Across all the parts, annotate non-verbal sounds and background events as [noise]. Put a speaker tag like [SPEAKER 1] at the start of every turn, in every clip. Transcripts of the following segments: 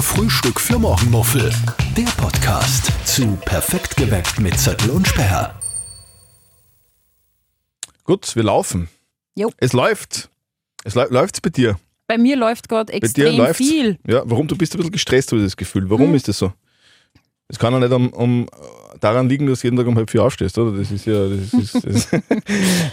[SPEAKER 1] Frühstück für Morgenmuffel. Der Podcast zu Perfekt geweckt mit Zettel und Sperr.
[SPEAKER 2] Gut, wir laufen.
[SPEAKER 3] Jo.
[SPEAKER 2] Es läuft. Es lä läuft's bei dir.
[SPEAKER 3] Bei mir läuft gerade
[SPEAKER 2] Bei dir
[SPEAKER 3] extrem
[SPEAKER 2] läuft's.
[SPEAKER 3] viel.
[SPEAKER 2] Ja, warum? Du bist ein bisschen gestresst, habe ich das Gefühl. Warum ist das so? Es kann ja nicht um, um, daran liegen, dass du jeden Tag um halb vier aufstehst, oder? Das ist ja, das, ist, das,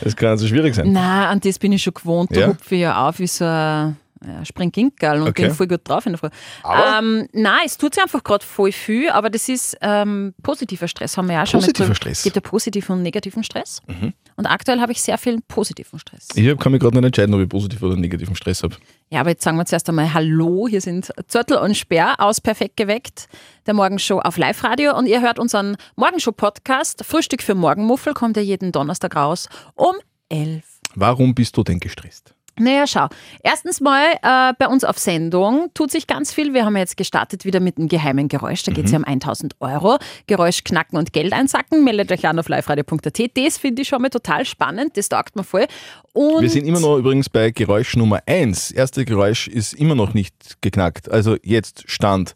[SPEAKER 2] das kann ja so schwierig sein.
[SPEAKER 3] Na, an das bin ich schon gewohnt. Da
[SPEAKER 2] Ja?
[SPEAKER 3] hupfe ich ja auf wie so ein ja, Springginkerl und
[SPEAKER 2] Okay.
[SPEAKER 3] bin voll gut drauf in der Früh.
[SPEAKER 2] Aber?
[SPEAKER 3] Ähm, nein, es tut sich einfach gerade voll viel, aber das ist ähm, positiver Stress, haben wir ja auch schon
[SPEAKER 2] Positiver
[SPEAKER 3] drüber-
[SPEAKER 2] Stress? Mhm.
[SPEAKER 3] gibt ja positiven und negativen Stress. Und aktuell habe ich sehr viel positiven Stress.
[SPEAKER 2] Ich hab- kann mich gerade nicht entscheiden, ob ich positiven oder negativen Stress habe.
[SPEAKER 3] Ja, aber jetzt sagen wir zuerst einmal Hallo. Hier sind Zörtel und Sperr aus Perfekt geweckt, der Morgenshow auf Live-Radio. Und ihr hört unseren Morgenshow-Podcast. Frühstück für Morgenmuffel kommt ja jeden Donnerstag raus um 11.
[SPEAKER 2] Warum bist du denn gestresst?
[SPEAKER 3] Naja, schau. Erstens mal äh, bei uns auf Sendung tut sich ganz viel. Wir haben ja jetzt gestartet wieder mit einem geheimen Geräusch. Da
[SPEAKER 2] Mhm.
[SPEAKER 3] geht es ja um 1000 Euro. Geräusch knacken und Geld einsacken. Meldet euch an auf liveradio.at. Das finde ich schon mal total spannend. Das taugt mir voll. Und
[SPEAKER 2] Wir sind immer noch übrigens bei Geräusch Nummer 1. Erste Geräusch ist immer noch nicht geknackt. Also jetzt stand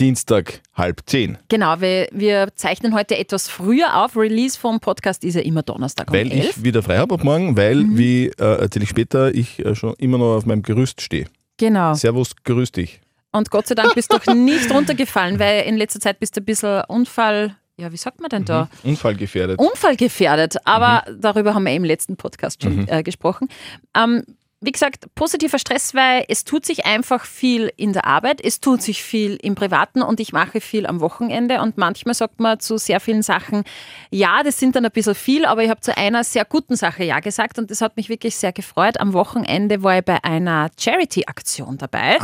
[SPEAKER 2] Dienstag halb zehn.
[SPEAKER 3] Genau, wir, wir zeichnen heute etwas früher auf. Release vom Podcast ist ja immer Donnerstag um
[SPEAKER 2] Weil
[SPEAKER 3] 11.
[SPEAKER 2] ich wieder frei habe ab morgen, weil,
[SPEAKER 3] Mhm.
[SPEAKER 2] wie äh, erzähle ich später, ich äh, schon immer noch auf meinem Gerüst stehe.
[SPEAKER 3] genau.
[SPEAKER 2] Servus, grüß dich.
[SPEAKER 3] Und Gott sei Dank bist du doch nicht runtergefallen, weil in letzter Zeit bist du ein bisschen Unfall, ja, wie sagt man denn
[SPEAKER 2] Mhm.
[SPEAKER 3] da?
[SPEAKER 2] Unfallgefährdet.
[SPEAKER 3] unfallgefährdet, aber darüber haben wir im letzten Podcast schon äh, gesprochen. Ähm, wie gesagt, positiver Stress, weil es tut sich einfach viel in der Arbeit, es tut sich viel im Privaten und ich mache viel am Wochenende und manchmal sagt man zu sehr vielen Sachen, ja, das sind dann ein bisschen viel, aber ich habe zu einer sehr guten Sache ja gesagt und das hat mich wirklich sehr gefreut. Am Wochenende war ich bei einer Charity-Aktion dabei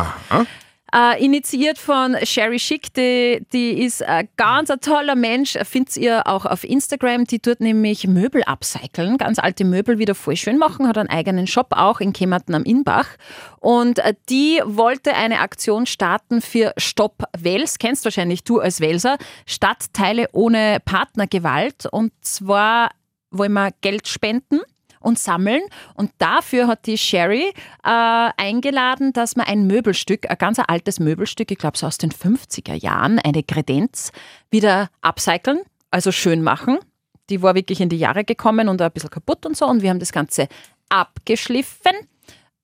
[SPEAKER 3] äh, initiiert von Sherry Schick, die, die ist ein ganz ein toller Mensch, findet ihr auch auf Instagram, die tut nämlich Möbel upcyclen, ganz alte Möbel wieder voll schön machen, hat einen eigenen Shop auch in Kematen am Innbach und äh, die wollte eine Aktion starten für Stopp Wels, kennst wahrscheinlich du als Welser, Stadtteile ohne Partnergewalt und zwar wollen wir Geld spenden und sammeln. Und dafür hat die Sherry äh, eingeladen, dass man ein Möbelstück, ein ganz altes Möbelstück, ich glaube so aus den 50er Jahren, eine Kredenz, wieder upcyclen, also schön machen. Die war wirklich in die Jahre gekommen und ein bisschen kaputt und so. Und wir haben das Ganze abgeschliffen,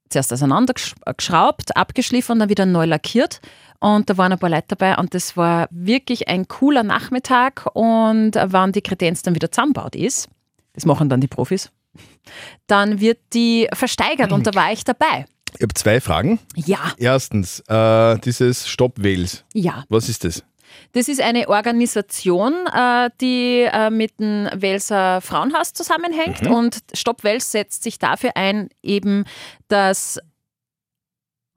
[SPEAKER 3] zuerst auseinandergeschraubt, abgeschliffen und dann wieder neu lackiert. Und da waren ein paar Leute dabei und das war wirklich ein cooler Nachmittag. Und wann die Kredenz dann wieder zusammenbaut ist, das machen dann die Profis, dann wird die versteigert und da war ich dabei.
[SPEAKER 2] Ich habe zwei Fragen.
[SPEAKER 3] Ja,
[SPEAKER 2] Erstens, äh, dieses Stop Wales.
[SPEAKER 3] ja.
[SPEAKER 2] Was ist das?
[SPEAKER 3] Das ist eine Organisation, äh, die äh, mit dem Welser Frauenhaus zusammenhängt und Stopp Wels setzt sich dafür ein, eben, dass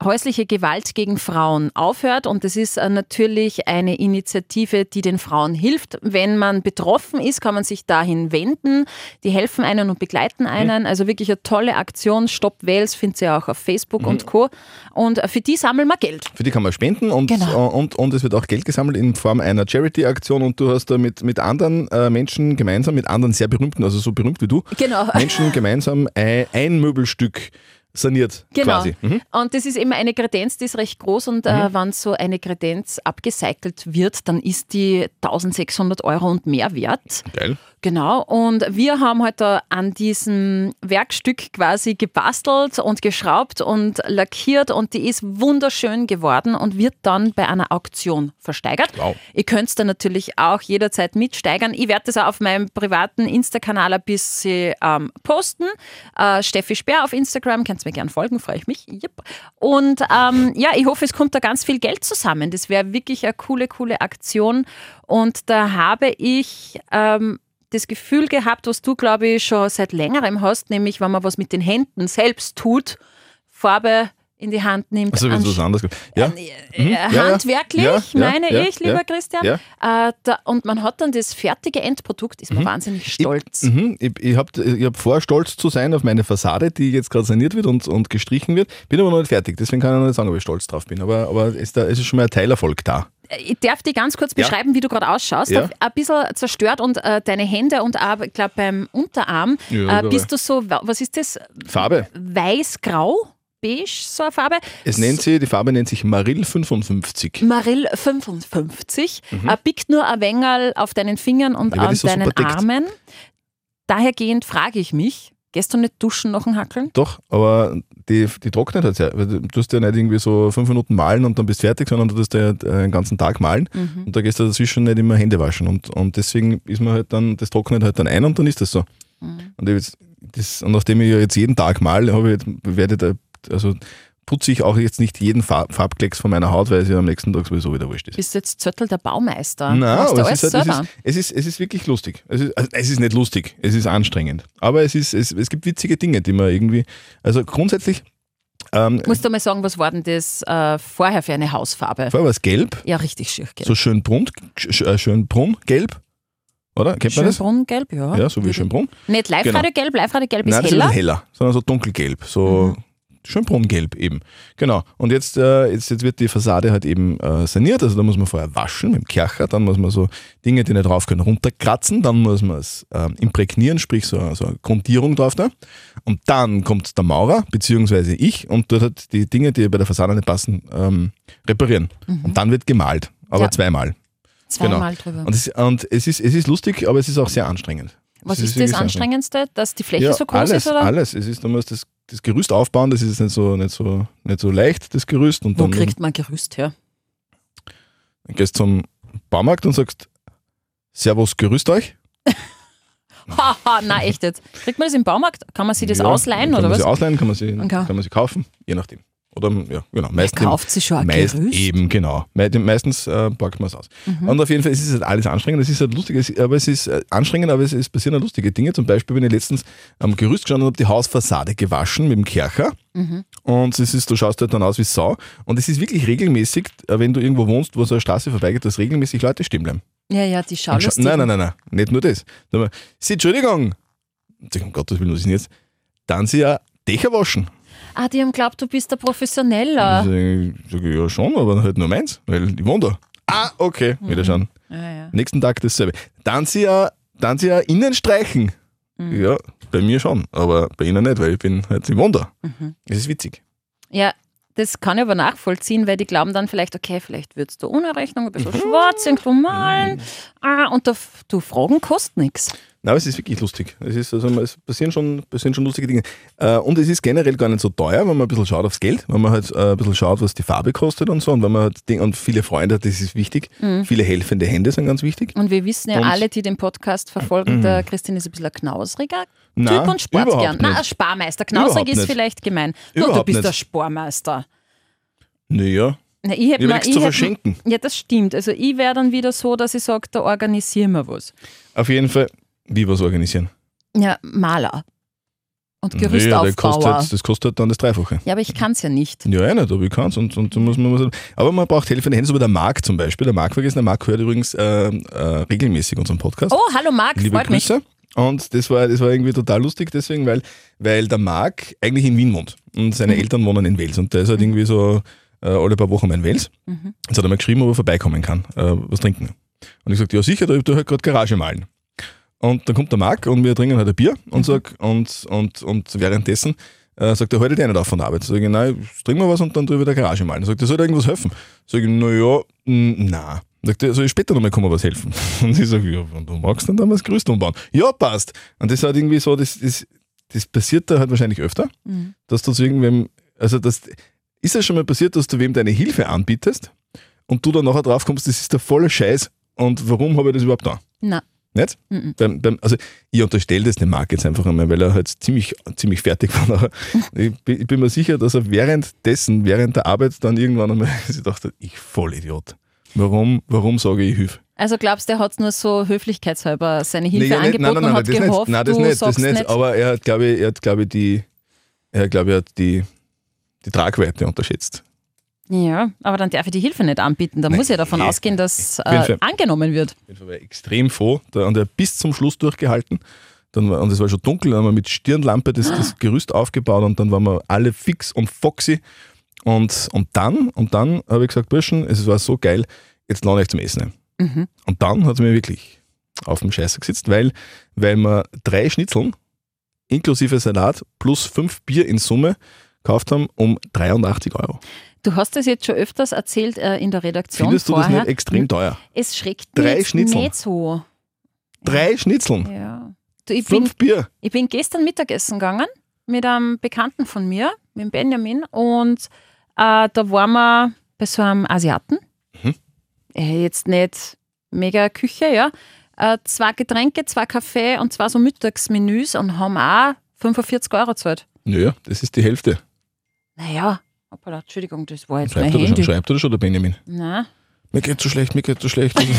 [SPEAKER 3] häusliche Gewalt gegen Frauen aufhört. Und das ist äh, natürlich eine Initiative, die den Frauen hilft. Wenn man betroffen ist, kann man sich dahin wenden. Die helfen einen und begleiten einen. Also wirklich eine tolle Aktion. Stopp Wales findet ihr auch auf Facebook und Co. Und äh, für die sammeln wir Geld.
[SPEAKER 2] Für die kann man spenden und,
[SPEAKER 3] Genau.
[SPEAKER 2] äh, und, und es wird auch Geld gesammelt in Form einer Charity-Aktion und du hast da mit, mit anderen äh, Menschen gemeinsam, mit anderen sehr berühmten, also so berühmt wie du,
[SPEAKER 3] Genau.
[SPEAKER 2] Menschen gemeinsam ein, ein Möbelstück saniert
[SPEAKER 3] Genau.
[SPEAKER 2] quasi. Mhm.
[SPEAKER 3] Und das ist eben eine Kredenz, die ist recht groß und äh, wenn so eine Kredenz abgecycelt wird, dann ist die 1600 Euro und mehr wert.
[SPEAKER 2] Geil.
[SPEAKER 3] Genau. Und wir haben heute da an diesem Werkstück quasi gebastelt und geschraubt und lackiert und die ist wunderschön geworden und wird dann bei einer Auktion versteigert.
[SPEAKER 2] Wow.
[SPEAKER 3] Ihr könnt es dann natürlich auch jederzeit mitsteigern. Ich werde das auch auf meinem privaten Insta-Kanal ein bisschen ähm, posten. Äh, Steffi Speer auf Instagram, könnt mir gerne folgen, freue ich mich. Yep. Und ähm, ja, ich hoffe, es kommt da ganz viel Geld zusammen. Das wäre wirklich eine coole, coole Aktion. Und da habe ich ähm, das Gefühl gehabt, was du, glaube ich, schon seit längerem hast, nämlich wenn man was mit den Händen selbst tut, Farbe in die Hand nimmt.
[SPEAKER 2] Also wenn es
[SPEAKER 3] ansch-
[SPEAKER 2] was anderes gibt. Ja.
[SPEAKER 3] äh,
[SPEAKER 2] Mhm. ja, ja.
[SPEAKER 3] handwerklich,
[SPEAKER 2] Ja, ja,
[SPEAKER 3] meine
[SPEAKER 2] ja,
[SPEAKER 3] ich, lieber
[SPEAKER 2] ja,
[SPEAKER 3] Christian.
[SPEAKER 2] ja.
[SPEAKER 3] Äh, da, und man hat dann das fertige Endprodukt, ist man wahnsinnig stolz.
[SPEAKER 2] Mhm, ich ich habe ich hab vor, stolz zu sein auf meine Fassade, die jetzt gerade saniert wird und, und gestrichen wird. Bin aber noch nicht fertig, deswegen kann ich noch nicht sagen, ob ich stolz drauf bin. Aber, aber es ist da, es ist schon mal ein Teilerfolg da.
[SPEAKER 3] Äh, Ich darf dir ganz kurz
[SPEAKER 2] Ja.
[SPEAKER 3] beschreiben, wie du gerade ausschaust.
[SPEAKER 2] Ja.
[SPEAKER 3] Ein bisschen zerstört und äh, deine Hände und auch, ich glaube, beim Unterarm
[SPEAKER 2] Ja,
[SPEAKER 3] äh,
[SPEAKER 2] dabei.
[SPEAKER 3] bist du so, wa- was ist das,
[SPEAKER 2] Farbe.
[SPEAKER 3] weiß-grau? beige, so eine Farbe.
[SPEAKER 2] Es nennt sie, die Farbe nennt sich Marill 55.
[SPEAKER 3] Marill 55. Äh, biegt nur ein Wengerl auf deinen Fingern und
[SPEAKER 2] Mhm. Ja, weil
[SPEAKER 3] an
[SPEAKER 2] das so
[SPEAKER 3] deinen
[SPEAKER 2] super deckt.
[SPEAKER 3] Armen. Dahergehend frage ich mich, gehst du nicht duschen nach dem Hackeln?
[SPEAKER 2] Doch, aber die, die trocknet halt sehr. Weil Du tust ja nicht irgendwie so fünf Minuten malen und dann bist fertig, sondern du tust ja äh, den ganzen Tag malen und da gehst du dazwischen nicht immer Hände waschen. Und, und deswegen ist man halt dann, das trocknet halt dann ein und dann ist das so. Und, ich jetzt, das, und nachdem ich ja jetzt jeden Tag male, habe ich jetzt, werde ich da, also putze ich auch jetzt nicht jeden Farb, Farbklecks von meiner Haut, weil es ja am nächsten Tag sowieso wieder wurscht ist.
[SPEAKER 3] Bist jetzt Zöttel der Baumeister?
[SPEAKER 2] Nein,
[SPEAKER 3] Machst du
[SPEAKER 2] aber
[SPEAKER 3] alles
[SPEAKER 2] es ist, halt, es,
[SPEAKER 3] selber?
[SPEAKER 2] ist, es, ist, es ist wirklich lustig. Es ist, also es ist nicht lustig, es ist anstrengend. Aber es, ist, es, es gibt witzige Dinge, die man irgendwie. Also grundsätzlich, ähm,
[SPEAKER 3] Musst du mal sagen, was war denn das äh, vorher für eine Hausfarbe?
[SPEAKER 2] vorher war es gelb,
[SPEAKER 3] Ja, richtig schier gelb.
[SPEAKER 2] so schön brunt, sch, äh, schön brun, gelb. Oder? Kennt man das?
[SPEAKER 3] Schönbrunn-gelb, ja.
[SPEAKER 2] Ja, so wie schön brun.
[SPEAKER 3] Nicht Live-Radio-gelb, Live-Radio-gelb ist
[SPEAKER 2] Nein, das ist
[SPEAKER 3] heller. Mhm.
[SPEAKER 2] ein heller, sondern so dunkelgelb, so schön braungelb eben. Genau. Und jetzt, äh, jetzt, jetzt wird die Fassade halt eben äh, saniert, also da muss man vorher waschen mit dem Kercher, dann muss man so Dinge, die nicht drauf können, runterkratzen, dann muss man es ähm, imprägnieren, sprich so, so eine Grundierung drauf da. Und dann kommt der Maurer, beziehungsweise ich, und dort halt die Dinge, die bei der Fassade nicht passen, ähm, reparieren. Und dann wird gemalt, aber
[SPEAKER 3] Mhm. Ja.
[SPEAKER 2] zweimal.
[SPEAKER 3] Zweimal drüber.
[SPEAKER 2] genau. Und, es, und es, ist, es ist lustig, aber es ist auch sehr anstrangend.
[SPEAKER 3] Was
[SPEAKER 2] Es
[SPEAKER 3] ist
[SPEAKER 2] wirklich
[SPEAKER 3] das
[SPEAKER 2] sehr anstrengend
[SPEAKER 3] Anstrengendste? Dass die Fläche so groß
[SPEAKER 2] alles,
[SPEAKER 3] ist? Oder?
[SPEAKER 2] Alles, es ist, du musst das, das Gerüst aufbauen, das ist jetzt nicht so, nicht so, nicht so leicht, das Gerüst. Und
[SPEAKER 3] Wo
[SPEAKER 2] dann
[SPEAKER 3] kriegt man Gerüst her?
[SPEAKER 2] gehst zum Baumarkt und sagst, Servus, gerüst euch.
[SPEAKER 3] Haha, nein, echt jetzt. Kriegt man das im Baumarkt? Kann man sich das
[SPEAKER 2] Ja,
[SPEAKER 3] ausleihen
[SPEAKER 2] kann
[SPEAKER 3] oder
[SPEAKER 2] man
[SPEAKER 3] was?
[SPEAKER 2] Sie ausleihen, kann man sie,
[SPEAKER 3] Okay.
[SPEAKER 2] kann man sie kaufen, je nachdem. Oder, ja, genau, meistens.
[SPEAKER 3] Kauft sich schon ein
[SPEAKER 2] Meist,
[SPEAKER 3] Gerüst?
[SPEAKER 2] eben, genau. Me- Meistens äh, packt man es aus. Und auf jeden Fall es ist es halt alles anstrengend. Es ist halt lustig, es- aber es ist äh, anstrengend, aber es, es passieren halt lustige Dinge. Zum Beispiel bin ich letztens am Gerüst gestanden und habe die Hausfassade gewaschen mit dem Kercher. Und es ist, du schaust halt dann aus wie Sau. Und es ist wirklich regelmäßig, äh, wenn du irgendwo wohnst, wo so eine Straße vorbeigeht, dass regelmäßig Leute stehen bleiben.
[SPEAKER 3] Ja, ja, die
[SPEAKER 2] Und scha-
[SPEAKER 3] Schaulustigen.
[SPEAKER 2] Nein, nein, nein, nein, nicht nur das. Dann mal, Sie, Entschuldigung. Ich sag, um Gottes Willen, was ist denn jetzt? Dann sie ja Dächer waschen.
[SPEAKER 3] Ah, die haben glaubt, du bist der Professioneller.
[SPEAKER 2] Also, ich sag, ja, schon, aber halt nur meins, weil ich wohne da. Ah, okay,
[SPEAKER 3] Mhm.
[SPEAKER 2] wieder schauen.
[SPEAKER 3] Ja, ja.
[SPEAKER 2] Nächsten Tag dasselbe. Dann sie ja, dann sie ja innen streichen.
[SPEAKER 3] Mhm.
[SPEAKER 2] Ja, bei mir schon, aber bei ihnen nicht, weil ich bin halt im Wunder.
[SPEAKER 3] Mhm.
[SPEAKER 2] Es ist witzig.
[SPEAKER 3] ja, das kann ich aber nachvollziehen, weil die glauben dann vielleicht, okay, vielleicht würdest du ohne Rechnung ein bisschen
[SPEAKER 2] Mhm.
[SPEAKER 3] schwarz irgendwo malen. Ah, und da, f- du Fragen kostet nichts.
[SPEAKER 2] Na, aber es ist wirklich lustig. Es, ist, also, es passieren, schon, passieren schon lustige Dinge. Äh, und es ist generell gar nicht so teuer, wenn man ein bisschen schaut aufs Geld, wenn man halt äh, ein bisschen schaut, was die Farbe kostet und so. Und wenn man halt Ding, und viele Freunde hat, das ist wichtig.
[SPEAKER 3] Mhm.
[SPEAKER 2] Viele helfende Hände sind ganz wichtig.
[SPEAKER 3] Und wir wissen ja
[SPEAKER 2] Und- Mhm.
[SPEAKER 3] alle, die den Podcast verfolgen, der Christian ist ein bisschen ein knausriger
[SPEAKER 2] Na,
[SPEAKER 3] Typ und spart
[SPEAKER 2] überhaupt
[SPEAKER 3] gern. Na,
[SPEAKER 2] nicht.
[SPEAKER 3] ein Sparmeister. Knausrig
[SPEAKER 2] Überhaupt
[SPEAKER 3] ist
[SPEAKER 2] nicht.
[SPEAKER 3] vielleicht gemein. Na, du
[SPEAKER 2] Überhaupt
[SPEAKER 3] bist
[SPEAKER 2] nicht.
[SPEAKER 3] der Spormeister.
[SPEAKER 2] Naja,
[SPEAKER 3] Na, ich hätt
[SPEAKER 2] Ich hab
[SPEAKER 3] mir-
[SPEAKER 2] nichts zu
[SPEAKER 3] hätt mir-
[SPEAKER 2] verschenken.
[SPEAKER 3] Ja, das stimmt. Also ich wäre dann wieder so, dass ich sage, da organisieren wir was.
[SPEAKER 2] auf jeden Fall, wie was organisieren.
[SPEAKER 3] Ja, Maler und
[SPEAKER 2] Naja, der kostet,
[SPEAKER 3] Gerüstaufbauer.
[SPEAKER 2] halt- das kostet halt dann das Dreifache.
[SPEAKER 3] Ja, aber ich kann es ja nicht.
[SPEAKER 2] Ja, eh nicht, aber ich kann es. Und, und da muss man was, aber man braucht helfende Hände, so wie der Marc zum Beispiel. Der Marc vergessen, der Marc hört übrigens ähm, äh, regelmäßig unseren Podcast.
[SPEAKER 3] Oh, hallo Marc,
[SPEAKER 2] Liebe
[SPEAKER 3] freut mich.
[SPEAKER 2] Grüße. Und das war, das war irgendwie total lustig deswegen, weil, weil der Marc eigentlich in Wien wohnt und
[SPEAKER 3] Mhm.
[SPEAKER 2] seine Eltern wohnen in Wels und der ist halt irgendwie so äh, alle paar Wochen mal in Wels.
[SPEAKER 3] Mhm.
[SPEAKER 2] Jetzt hat er mir geschrieben, ob er vorbeikommen kann, äh, was trinken. Und ich sagte, ja sicher, da du halt gerade Garage malen. Und dann kommt der Marc und wir trinken halt ein Bier und, sag, und, und, und währenddessen äh, sagt er, heute dich nicht auf von der Arbeit. Sag ich, nein, trinken wir was und dann drüber wieder Garage malen. Sagt er, soll dir irgendwas helfen? Sag ich, naja, na. Sagt er, soll ich später nochmal kommen, was helfen? [laughs] Und ich sage, ja, wenn du magst, dann damals Gerüst umbauen. Ja, passt. Und das hat irgendwie so, das, das, das passiert da halt wahrscheinlich öfter, dass du zu irgendwem, also das, ist das schon mal passiert, dass du wem deine Hilfe anbietest und du dann nachher drauf kommst, das ist der volle Scheiß und warum habe ich das überhaupt da?
[SPEAKER 3] Na,
[SPEAKER 2] Nicht?
[SPEAKER 3] Mhm.
[SPEAKER 2] Beim, beim, also ich unterstelle das dem Marc jetzt einfach einmal, weil er halt ziemlich, ziemlich fertig war.
[SPEAKER 3] [laughs]
[SPEAKER 2] nachher. Ich bin, ich bin mir sicher, dass er währenddessen, während der Arbeit dann irgendwann einmal [laughs] sich dachte, ich Vollidiot. Warum, warum sage ich Hilfe?
[SPEAKER 3] also glaubst du, er hat nur so höflichkeitshalber seine Hilfe
[SPEAKER 2] Nee, ja, nicht.
[SPEAKER 3] angeboten und hat
[SPEAKER 2] das nicht.
[SPEAKER 3] gehofft,
[SPEAKER 2] Nein, das
[SPEAKER 3] du
[SPEAKER 2] nicht, das
[SPEAKER 3] sagst
[SPEAKER 2] nicht. Aber er hat, glaube ich, er hat, glaube ich, die, er hat, glaube ich, er hat die, die Tragweite unterschätzt.
[SPEAKER 3] ja, aber dann darf er die Hilfe nicht anbieten. Da
[SPEAKER 2] Nein,
[SPEAKER 3] muss ich ja davon
[SPEAKER 2] eh.
[SPEAKER 3] ausgehen, dass
[SPEAKER 2] Auf jeden
[SPEAKER 3] äh,
[SPEAKER 2] Fall.
[SPEAKER 3] angenommen wird.
[SPEAKER 2] Auf jeden Fall war ich extrem froh. Da, und er hat bis zum Schluss durchgehalten. Dann war, und es war schon dunkel, dann haben wir mit Stirnlampe das, das Gerüst aufgebaut und dann waren wir alle fix und foxy. Und, und dann, und dann habe ich gesagt, Burschen, es war so geil, jetzt lade ich euch zum Essen ein.
[SPEAKER 3] Mhm.
[SPEAKER 2] Und dann hat es mir wirklich auf dem Scheißer gesetzt, weil, weil wir drei Schnitzeln inklusive Salat plus fünf Bier in Summe gekauft haben, um 83 Euro.
[SPEAKER 3] Du hast das jetzt schon öfters erzählt äh, in der Redaktion.
[SPEAKER 2] Findest du das
[SPEAKER 3] vorher.
[SPEAKER 2] nicht extrem teuer?
[SPEAKER 3] Es schreckt
[SPEAKER 2] Drei
[SPEAKER 3] mich jetzt
[SPEAKER 2] Schnitzel.
[SPEAKER 3] nicht so.
[SPEAKER 2] Drei Schnitzeln,
[SPEAKER 3] Ja. Du, ich, bin,
[SPEAKER 2] fünf Bier.
[SPEAKER 3] ich bin gestern Mittagessen gegangen mit einem Bekannten von mir, mit dem Benjamin, und äh, da waren wir bei so einem Asiaten.
[SPEAKER 2] Mhm.
[SPEAKER 3] Äh, jetzt nicht mega Küche, ja. Äh, zwei Getränke, zwei Kaffee und zwei so Mittagsmenüs und haben auch 45 Euro gezahlt.
[SPEAKER 2] Naja, das ist die Hälfte.
[SPEAKER 3] Naja, hoppala, Entschuldigung, das war jetzt
[SPEAKER 2] Schreibt er,
[SPEAKER 3] mein
[SPEAKER 2] das schon?
[SPEAKER 3] Handy.
[SPEAKER 2] Schreibt er das schon, der Benjamin?
[SPEAKER 3] Nein.
[SPEAKER 2] Mir geht's so schlecht, mir geht's so schlecht. [laughs]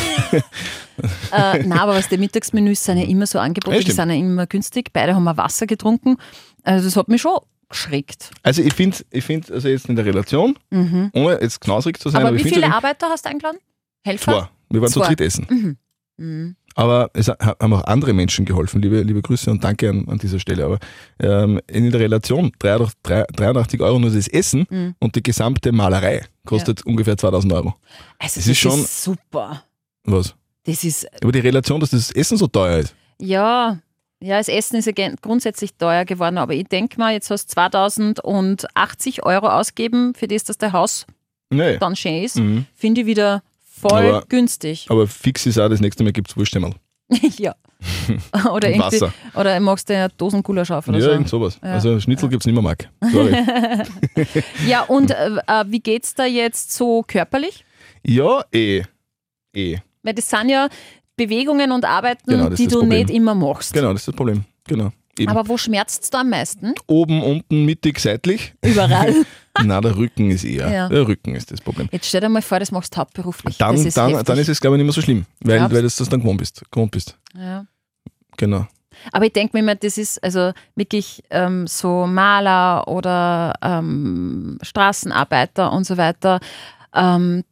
[SPEAKER 3] Äh, nein, aber was die Mittagsmenüs sind ja immer so Angebote,
[SPEAKER 2] Ja,
[SPEAKER 3] die
[SPEAKER 2] stimmt.
[SPEAKER 3] sind ja immer günstig. Beide haben wir Wasser getrunken. Also das hat mich schon geschreckt.
[SPEAKER 2] [laughs] also ich finde, ich find, also jetzt in der Relation,
[SPEAKER 3] Mhm.
[SPEAKER 2] ohne jetzt knausrig zu sein,
[SPEAKER 3] Aber
[SPEAKER 2] aber
[SPEAKER 3] wie
[SPEAKER 2] ich
[SPEAKER 3] viele
[SPEAKER 2] finde,
[SPEAKER 3] Arbeiter hast du eingeladen? Helfer?
[SPEAKER 2] zwei. Wir waren zu
[SPEAKER 3] Zwei.
[SPEAKER 2] dritt essen.
[SPEAKER 3] Mhm. Mhm.
[SPEAKER 2] Aber es ha- haben auch andere Menschen geholfen. Liebe, liebe Grüße und danke an, an dieser Stelle. Aber ähm, in der Relation 83, 83 Euro nur das Essen
[SPEAKER 3] Mhm.
[SPEAKER 2] und die gesamte Malerei kostet ungefähr 2000 Euro.
[SPEAKER 3] Also das,
[SPEAKER 2] ist
[SPEAKER 3] ist,
[SPEAKER 2] schon-
[SPEAKER 3] super.
[SPEAKER 2] Was?
[SPEAKER 3] Das ist,
[SPEAKER 2] Aber die Relation, dass das Essen so teuer ist.
[SPEAKER 3] ja, ja, das Essen ist ja gen- grundsätzlich teuer geworden, aber ich denke mal, jetzt hast du 2080 Euro ausgeben, für das, dass dein Haus
[SPEAKER 2] Nee.
[SPEAKER 3] dann schön ist.
[SPEAKER 2] Mhm.
[SPEAKER 3] Finde ich wieder voll
[SPEAKER 2] Aber-
[SPEAKER 3] günstig. [laughs]
[SPEAKER 2] Aber fix ist auch, das nächste Mal gibt's es Wurststemmerl. [laughs]
[SPEAKER 3] ja. oder,
[SPEAKER 2] Und
[SPEAKER 3] irgendwie,
[SPEAKER 2] Wasser.
[SPEAKER 3] oder machst du eine Dosengulasch auf oder
[SPEAKER 2] ja,
[SPEAKER 3] so.
[SPEAKER 2] irgend sowas. Also Schnitzel gibt's nicht mehr, Marc.
[SPEAKER 3] [laughs]
[SPEAKER 2] Sorry.
[SPEAKER 3] Ja, und
[SPEAKER 2] Hm.
[SPEAKER 3] äh, äh, wie geht's da jetzt so körperlich?
[SPEAKER 2] ja, eh. Eh.
[SPEAKER 3] Weil das sind ja Bewegungen und Arbeiten,
[SPEAKER 2] Genau, das ist
[SPEAKER 3] die
[SPEAKER 2] das
[SPEAKER 3] du
[SPEAKER 2] Problem.
[SPEAKER 3] nicht immer machst.
[SPEAKER 2] Genau, das ist das Problem. Genau. Eben.
[SPEAKER 3] Aber wo schmerzt es da am meisten?
[SPEAKER 2] Oben, unten, mittig,
[SPEAKER 3] [laughs]
[SPEAKER 2] seitlich. [laughs]
[SPEAKER 3] Überall.
[SPEAKER 2] Na, der Rücken ist eher.
[SPEAKER 3] Ja.
[SPEAKER 2] Der Rücken ist das Problem.
[SPEAKER 3] Jetzt stell dir mal vor, das machst du hauptberuflich.
[SPEAKER 2] Dann
[SPEAKER 3] das
[SPEAKER 2] ist, dann,
[SPEAKER 3] heftig.
[SPEAKER 2] dann ist es, glaube ich, nicht mehr so schlimm, weil,
[SPEAKER 3] Glaubst
[SPEAKER 2] weil du das dann gewohnt bist. Gewohnt bist.
[SPEAKER 3] ja.
[SPEAKER 2] Genau.
[SPEAKER 3] Aber ich denke mir immer, das ist also wirklich ähm, so Maler oder ähm, Straßenarbeiter und so weiter, ähm,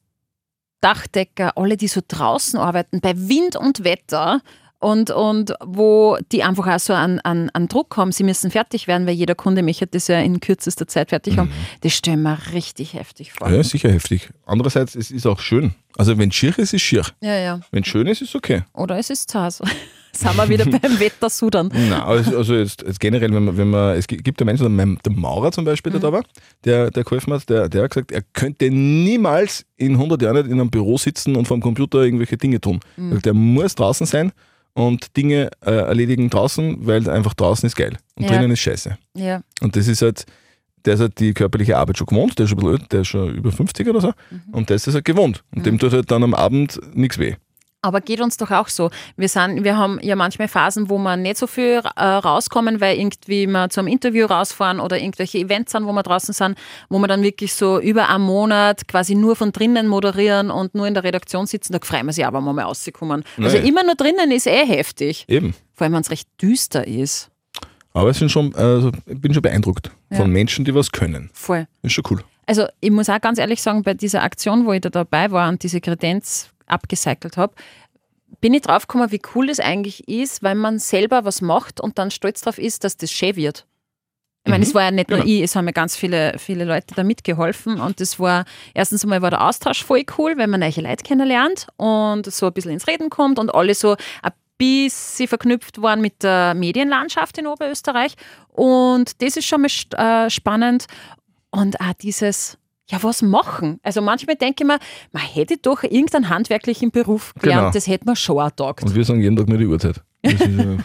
[SPEAKER 3] Dachdecker, alle, die so draußen arbeiten, bei Wind und Wetter. Und, und wo die einfach auch so an, an, an Druck haben, sie müssen fertig werden, weil jeder Kunde möchte das ja in kürzester Zeit fertig haben.
[SPEAKER 2] Mhm.
[SPEAKER 3] Das stellen wir richtig heftig vor.
[SPEAKER 2] Ja, ist sicher heftig. Andererseits, es ist auch schön. Also, wenn schier ist, ist schier.
[SPEAKER 3] Ja, ja.
[SPEAKER 2] Wenn schön ist, ist okay.
[SPEAKER 3] Oder es ist zu Hause. [laughs] Sind wir wieder beim Wetter sudern.
[SPEAKER 2] Na, also, also jetzt, jetzt generell, wenn man, wenn man, es gibt ja Menschen, mein- der Maurer zum Beispiel,
[SPEAKER 3] Mhm.
[SPEAKER 2] der da war, der, der geholfen hat, der, der hat gesagt, er könnte niemals in 100 Jahren nicht in einem Büro sitzen und vom Computer irgendwelche Dinge tun.
[SPEAKER 3] Mhm.
[SPEAKER 2] Er sagt, Der muss draußen sein und Dinge äh, erledigen draußen, weil einfach draußen ist geil und
[SPEAKER 3] Ja.
[SPEAKER 2] drinnen ist scheiße.
[SPEAKER 3] Ja.
[SPEAKER 2] Und das ist halt, der ist halt die körperliche Arbeit schon gewohnt, der ist schon, ein bisschen alt, der ist schon über 50 oder so
[SPEAKER 3] Mhm.
[SPEAKER 2] und der ist das halt gewohnt. Und dem tut halt dann am Abend nichts weh.
[SPEAKER 3] Aber geht uns doch auch so. Wir, sind, wir haben ja manchmal Phasen, wo wir nicht so viel äh, rauskommen, weil irgendwie wir zum Interview rausfahren oder irgendwelche Events sind, wo wir draußen sind, wo wir dann wirklich so über einen Monat quasi nur von drinnen moderieren und nur in der Redaktion sitzen. Da freuen wir sich aber, wenn wir rauskommen. Also
[SPEAKER 2] Nein.
[SPEAKER 3] immer nur drinnen ist eh heftig.
[SPEAKER 2] Eben.
[SPEAKER 3] Vor allem, wenn es recht düster ist.
[SPEAKER 2] Aber ich bin schon, also, ich bin schon beeindruckt
[SPEAKER 3] Ja.
[SPEAKER 2] von Menschen, die was können.
[SPEAKER 3] Voll.
[SPEAKER 2] Ist schon cool.
[SPEAKER 3] Also ich muss auch ganz ehrlich sagen, bei dieser Aktion, wo ich da dabei war und diese Kredenz abgecycelt habe, bin ich draufgekommen, wie cool es eigentlich ist, wenn man selber was macht und dann stolz drauf ist, dass das schön wird. Ich meine,
[SPEAKER 2] Mhm,
[SPEAKER 3] es war ja nicht nur
[SPEAKER 2] genau.
[SPEAKER 3] ich, es haben ja ganz viele, viele Leute da mitgeholfen und das war, erstens einmal war der Austausch voll cool, wenn man neue Leute kennenlernt und so ein bisschen ins Reden kommt und alle so ein bisschen verknüpft waren mit der Medienlandschaft in Oberösterreich und das ist schon mal st- äh, spannend und auch dieses, ja, was machen? Also manchmal denke ich mir, man hätte doch irgendeinen handwerklichen Beruf gelernt,
[SPEAKER 2] Genau.
[SPEAKER 3] das hätte man schon auch getaugt.
[SPEAKER 2] Und wir sagen jeden Tag nur die Uhrzeit. Das ist, äh,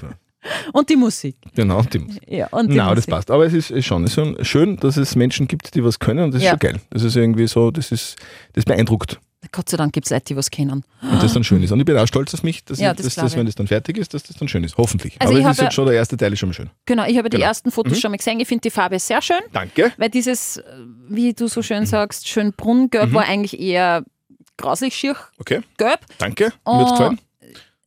[SPEAKER 3] Und die Musik.
[SPEAKER 2] [laughs] genau, die
[SPEAKER 3] Ja, und die
[SPEAKER 2] Nein, aber das
[SPEAKER 3] Musik.
[SPEAKER 2] passt. Aber es ist, ist schon, es ist schon schön, dass es Menschen gibt, die was können und das
[SPEAKER 3] Ja.
[SPEAKER 2] ist schon geil. Das ist irgendwie so, das ist, das beeindruckt
[SPEAKER 3] Gott sei Dank gibt es Leute, die was kennen.
[SPEAKER 2] und das dann schön ist. Und ich bin auch stolz auf mich, dass,
[SPEAKER 3] Ja,
[SPEAKER 2] ich,
[SPEAKER 3] das
[SPEAKER 2] dass,
[SPEAKER 3] glaub
[SPEAKER 2] dass
[SPEAKER 3] ich.
[SPEAKER 2] wenn das dann fertig ist, dass das dann schön ist. Hoffentlich.
[SPEAKER 3] Also ich
[SPEAKER 2] aber es ist
[SPEAKER 3] habe-
[SPEAKER 2] jetzt schon der erste Teil ist schon mal schön.
[SPEAKER 3] Genau, ich habe die
[SPEAKER 2] Genau.
[SPEAKER 3] ersten Fotos schon mal gesehen. Ich finde die Farbe sehr schön,
[SPEAKER 2] Danke.
[SPEAKER 3] weil dieses, äh, wie du so
[SPEAKER 2] Mhm.
[SPEAKER 3] schön sagst, schön Brunnengelb war eigentlich eher grauslich schier
[SPEAKER 2] Okay,
[SPEAKER 3] gelb.
[SPEAKER 2] danke. Mir hat's
[SPEAKER 3] Oh,
[SPEAKER 2] gefallen.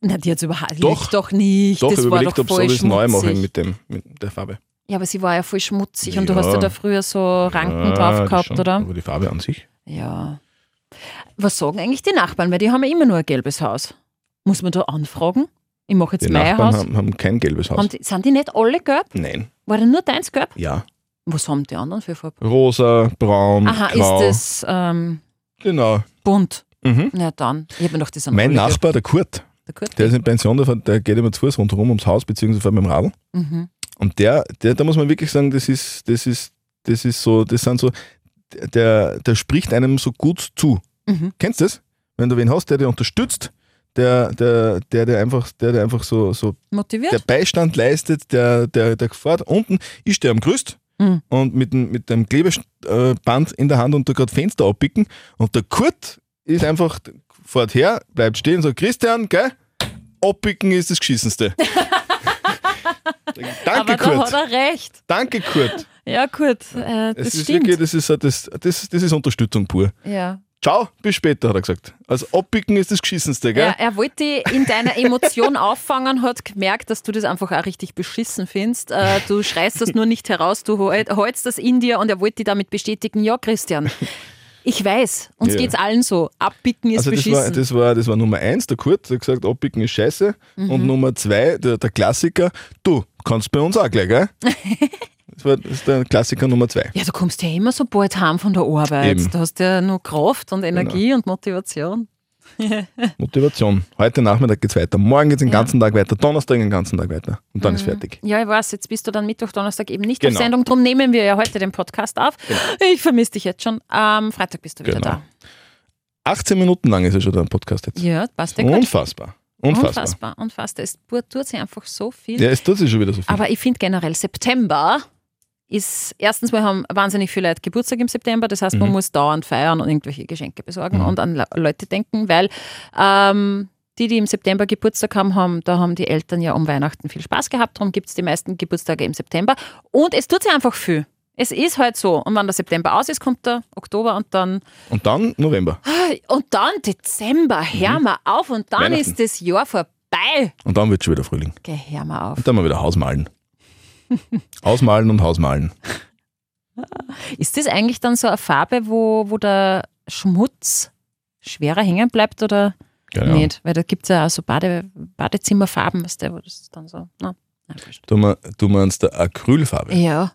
[SPEAKER 3] Na, die hat es überhaupt
[SPEAKER 2] Doch.
[SPEAKER 3] doch nicht.
[SPEAKER 2] Doch, ich
[SPEAKER 3] das
[SPEAKER 2] habe
[SPEAKER 3] war
[SPEAKER 2] überlegt,
[SPEAKER 3] doch
[SPEAKER 2] ob
[SPEAKER 3] voll
[SPEAKER 2] ich das neu
[SPEAKER 3] schmutzig.
[SPEAKER 2] machen mit, dem, mit der Farbe.
[SPEAKER 3] Ja, aber sie war ja voll schmutzig und du
[SPEAKER 2] Ja.
[SPEAKER 3] hast ja da früher so Ranken
[SPEAKER 2] Ja,
[SPEAKER 3] drauf
[SPEAKER 2] das
[SPEAKER 3] gehabt,
[SPEAKER 2] schon.
[SPEAKER 3] oder?
[SPEAKER 2] Aber Ah, die Farbe an sich.
[SPEAKER 3] Ja. Was sagen eigentlich die Nachbarn? Weil die haben ja immer nur ein gelbes Haus. Muss man da anfragen? Ich mache jetzt
[SPEAKER 2] Die
[SPEAKER 3] mein
[SPEAKER 2] Nachbarn
[SPEAKER 3] Haus.
[SPEAKER 2] haben, haben kein gelbes Haus.
[SPEAKER 3] Haben die, sind die nicht alle gelb?
[SPEAKER 2] Nein.
[SPEAKER 3] War denn nur deins gelb?
[SPEAKER 2] Ja.
[SPEAKER 3] Was haben die anderen für Farbe?
[SPEAKER 2] Rosa, braun,
[SPEAKER 3] Aha,
[SPEAKER 2] grau.
[SPEAKER 3] ist das ähm,
[SPEAKER 2] Genau.
[SPEAKER 3] bunt?
[SPEAKER 2] Mhm.
[SPEAKER 3] Na dann. Ich habe mir gedacht, das sind
[SPEAKER 2] Mein
[SPEAKER 3] alle gelb.
[SPEAKER 2] Nachbar, der Kurt,
[SPEAKER 3] Der Kurt?
[SPEAKER 2] der ist in Pension, der, fährt- der geht immer zu Fuß rundherum ums Haus, beziehungsweise fährt mit dem Radl.
[SPEAKER 3] Mhm.
[SPEAKER 2] Und der, der, da muss man wirklich sagen, das ist, das ist das ist so, das sind so, der, der spricht einem so gut zu.
[SPEAKER 3] Mhm.
[SPEAKER 2] Kennst du das? Wenn du wen hast, der dich unterstützt, der, der, der, der einfach, der, der einfach so, so der
[SPEAKER 3] Motiviert?
[SPEAKER 2] Beistand leistet, der, der, der gefährt. Unten ist der am größt
[SPEAKER 3] Mhm.
[SPEAKER 2] und mit, dem- mit dem Klebeband in der Hand und da gerade Fenster abpicken. Und der Kurt ist einfach, fährt her, bleibt stehen und sagt: Christian, gell? Abpicken ist das
[SPEAKER 3] [laughs]
[SPEAKER 2] Geschissenste. Danke,
[SPEAKER 3] Aber da hat
[SPEAKER 2] Kurt.
[SPEAKER 3] er recht.
[SPEAKER 2] Danke, Kurt.
[SPEAKER 3] Ja, gut. Äh,
[SPEAKER 2] Es
[SPEAKER 3] das
[SPEAKER 2] ist
[SPEAKER 3] stimmt.
[SPEAKER 2] wirklich, das ist, so- das, das, das ist Unterstützung pur.
[SPEAKER 3] ja.
[SPEAKER 2] Ciao, bis später, hat er gesagt. Also abpicken ist das Geschissenste, gell?
[SPEAKER 3] Er, er wollte dich in deiner Emotion [laughs] auffangen, hat gemerkt, dass du das einfach auch richtig beschissen findest. Äh, du schreist das nur nicht heraus, du hol- holst das in dir und er wollte dich damit bestätigen, ja Christian, ich weiß, uns
[SPEAKER 2] Ja.
[SPEAKER 3] geht's allen so. Abbicken ist
[SPEAKER 2] Also das
[SPEAKER 3] beschissen.
[SPEAKER 2] war, das, war, das war Nummer eins, der Kurt, der hat gesagt, abbicken ist scheiße.
[SPEAKER 3] Mhm.
[SPEAKER 2] Und Nummer zwei, der, der Klassiker, du kannst bei uns auch gleich,
[SPEAKER 3] [laughs]
[SPEAKER 2] gell? das, war, das ist der Klassiker Nummer zwei.
[SPEAKER 3] ja, du kommst ja immer so bald heim von der Arbeit.
[SPEAKER 2] Eben. Genau.
[SPEAKER 3] Du hast ja nur Kraft und Energie und Motivation.
[SPEAKER 2] Motivation. Heute Nachmittag geht's weiter, morgen geht's den ganzen Tag weiter, Donnerstag den ganzen Tag weiter. Und dann ist fertig.
[SPEAKER 3] Ja, ich weiß, jetzt bist du dann Mittwoch, Donnerstag eben nicht
[SPEAKER 2] Genau.
[SPEAKER 3] auf Sendung. Drum nehmen wir ja heute den Podcast auf. Ich vermisse dich jetzt schon. Am Freitag bist du wieder
[SPEAKER 2] Genau.
[SPEAKER 3] da.
[SPEAKER 2] 18 Minuten lang ist ja schon der Podcast jetzt.
[SPEAKER 3] Ja, passt ja gut.
[SPEAKER 2] Unfassbar. Unfassbar.
[SPEAKER 3] Unfassbar, unfassbar. Es tut- tut sich einfach so viel.
[SPEAKER 2] Ja, es tut sich schon wieder so viel.
[SPEAKER 3] Aber ich finde generell, September ist, erstens mal haben wahnsinnig viele Leute Geburtstag im September, das heißt, man muss dauernd feiern und irgendwelche Geschenke besorgen und an Le- Leute denken, weil ähm, die, die im September Geburtstag haben, haben, da haben die Eltern ja um Weihnachten viel Spaß gehabt, darum gibt es die meisten Geburtstage im September und es tut sich einfach viel. Es ist halt so. Und wenn der September aus ist, kommt der Oktober und dann
[SPEAKER 2] Und dann November.
[SPEAKER 3] und dann Dezember, hör mal auf und dann
[SPEAKER 2] Weihnachten.
[SPEAKER 3] ist das Jahr vorbei.
[SPEAKER 2] Und dann wird schon wieder Frühling.
[SPEAKER 3] Geh, hör mal auf.
[SPEAKER 2] Und dann mal wieder
[SPEAKER 3] [laughs]
[SPEAKER 2] Hausmalen. Hausmalen und Hausmalen.
[SPEAKER 3] Ist das eigentlich dann so eine Farbe, wo, wo der Schmutz schwerer hängen bleibt oder
[SPEAKER 2] Genau.
[SPEAKER 3] nicht? Weil da gibt es ja auch so Bade, Badezimmerfarben, weißt du, wo das dann so. Na, na, wurscht.
[SPEAKER 2] Du, mein- du meinst der Acrylfarbe?
[SPEAKER 3] ja,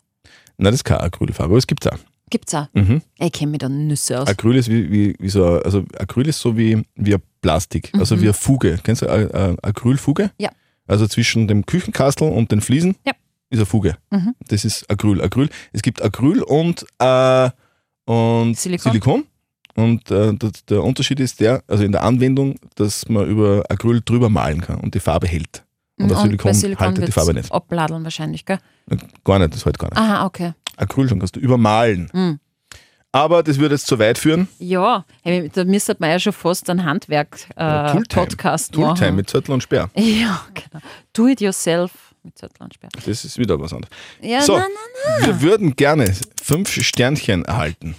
[SPEAKER 2] Nein, das ist keine Acrylfarbe, aber es gibt's auch.
[SPEAKER 3] gibt's auch.
[SPEAKER 2] Mhm.
[SPEAKER 3] Ich kenne mich da Nüsse aus.
[SPEAKER 2] Acryl ist wie, wie, wie so, ein- also Acryl ist so wie, wie ein Plastik, also wie eine Fuge. Kennst du eine, eine Acrylfuge?
[SPEAKER 3] Mhm. Ja.
[SPEAKER 2] Also zwischen dem Küchenkastel und den Fliesen
[SPEAKER 3] Ja.
[SPEAKER 2] ist eine Fuge.
[SPEAKER 3] Mhm.
[SPEAKER 2] Das ist Acryl. Acryl. Es gibt Acryl und, äh, und
[SPEAKER 3] Silikon.
[SPEAKER 2] Und äh, der, der Unterschied ist der, also in der Anwendung, dass man über Acryl drüber malen kann und die Farbe hält. Und, das Silikon, haltet die
[SPEAKER 3] wird's
[SPEAKER 2] Farbe nicht.
[SPEAKER 3] Abladeln wahrscheinlich, gell?
[SPEAKER 2] Gar nicht, das hält gar nicht.
[SPEAKER 3] Aha, okay.
[SPEAKER 2] Acryl schon kannst du übermalen.
[SPEAKER 3] Ah. Mhm.
[SPEAKER 2] Aber das würde jetzt zu weit führen.
[SPEAKER 3] Ja, hey, da müsste man ja schon fast einen
[SPEAKER 2] Ja, Tooltime.
[SPEAKER 3] Handwerk-Podcast
[SPEAKER 2] Tooltime
[SPEAKER 3] Äh, machen.
[SPEAKER 2] mit Zettel und Sperr.
[SPEAKER 3] [laughs] Ja, genau. Do it yourself mit Zettel und Sperr.
[SPEAKER 2] Das ist wieder was anderes.
[SPEAKER 3] Ja,
[SPEAKER 2] So.
[SPEAKER 3] nein, nein.
[SPEAKER 2] Wir würden gerne fünf Sternchen erhalten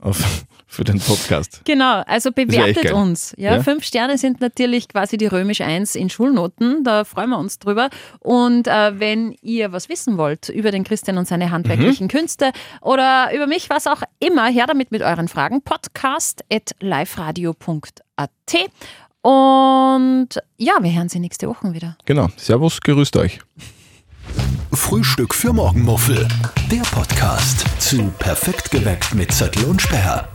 [SPEAKER 2] auf, [laughs] für den Podcast.
[SPEAKER 3] Genau, also
[SPEAKER 2] wär echt
[SPEAKER 3] bewertet
[SPEAKER 2] geil.
[SPEAKER 3] uns. Ja,
[SPEAKER 2] Ja.
[SPEAKER 3] Fünf Sterne sind natürlich quasi die römisch 1 in Schulnoten, da freuen wir uns drüber. Und äh, wenn ihr was wissen wollt über den Christian und seine handwerklichen
[SPEAKER 2] Mhm.
[SPEAKER 3] Künste oder über mich, was auch immer, her damit mit euren Fragen. Podcast at liveradio.at. Und ja, wir hören Sie nächste Woche wieder.
[SPEAKER 2] Genau. Servus, gerüßt euch.
[SPEAKER 1] Frühstück für Morgenmuffel. Der Podcast zu Perfekt geweckt mit Zettel und Sperr.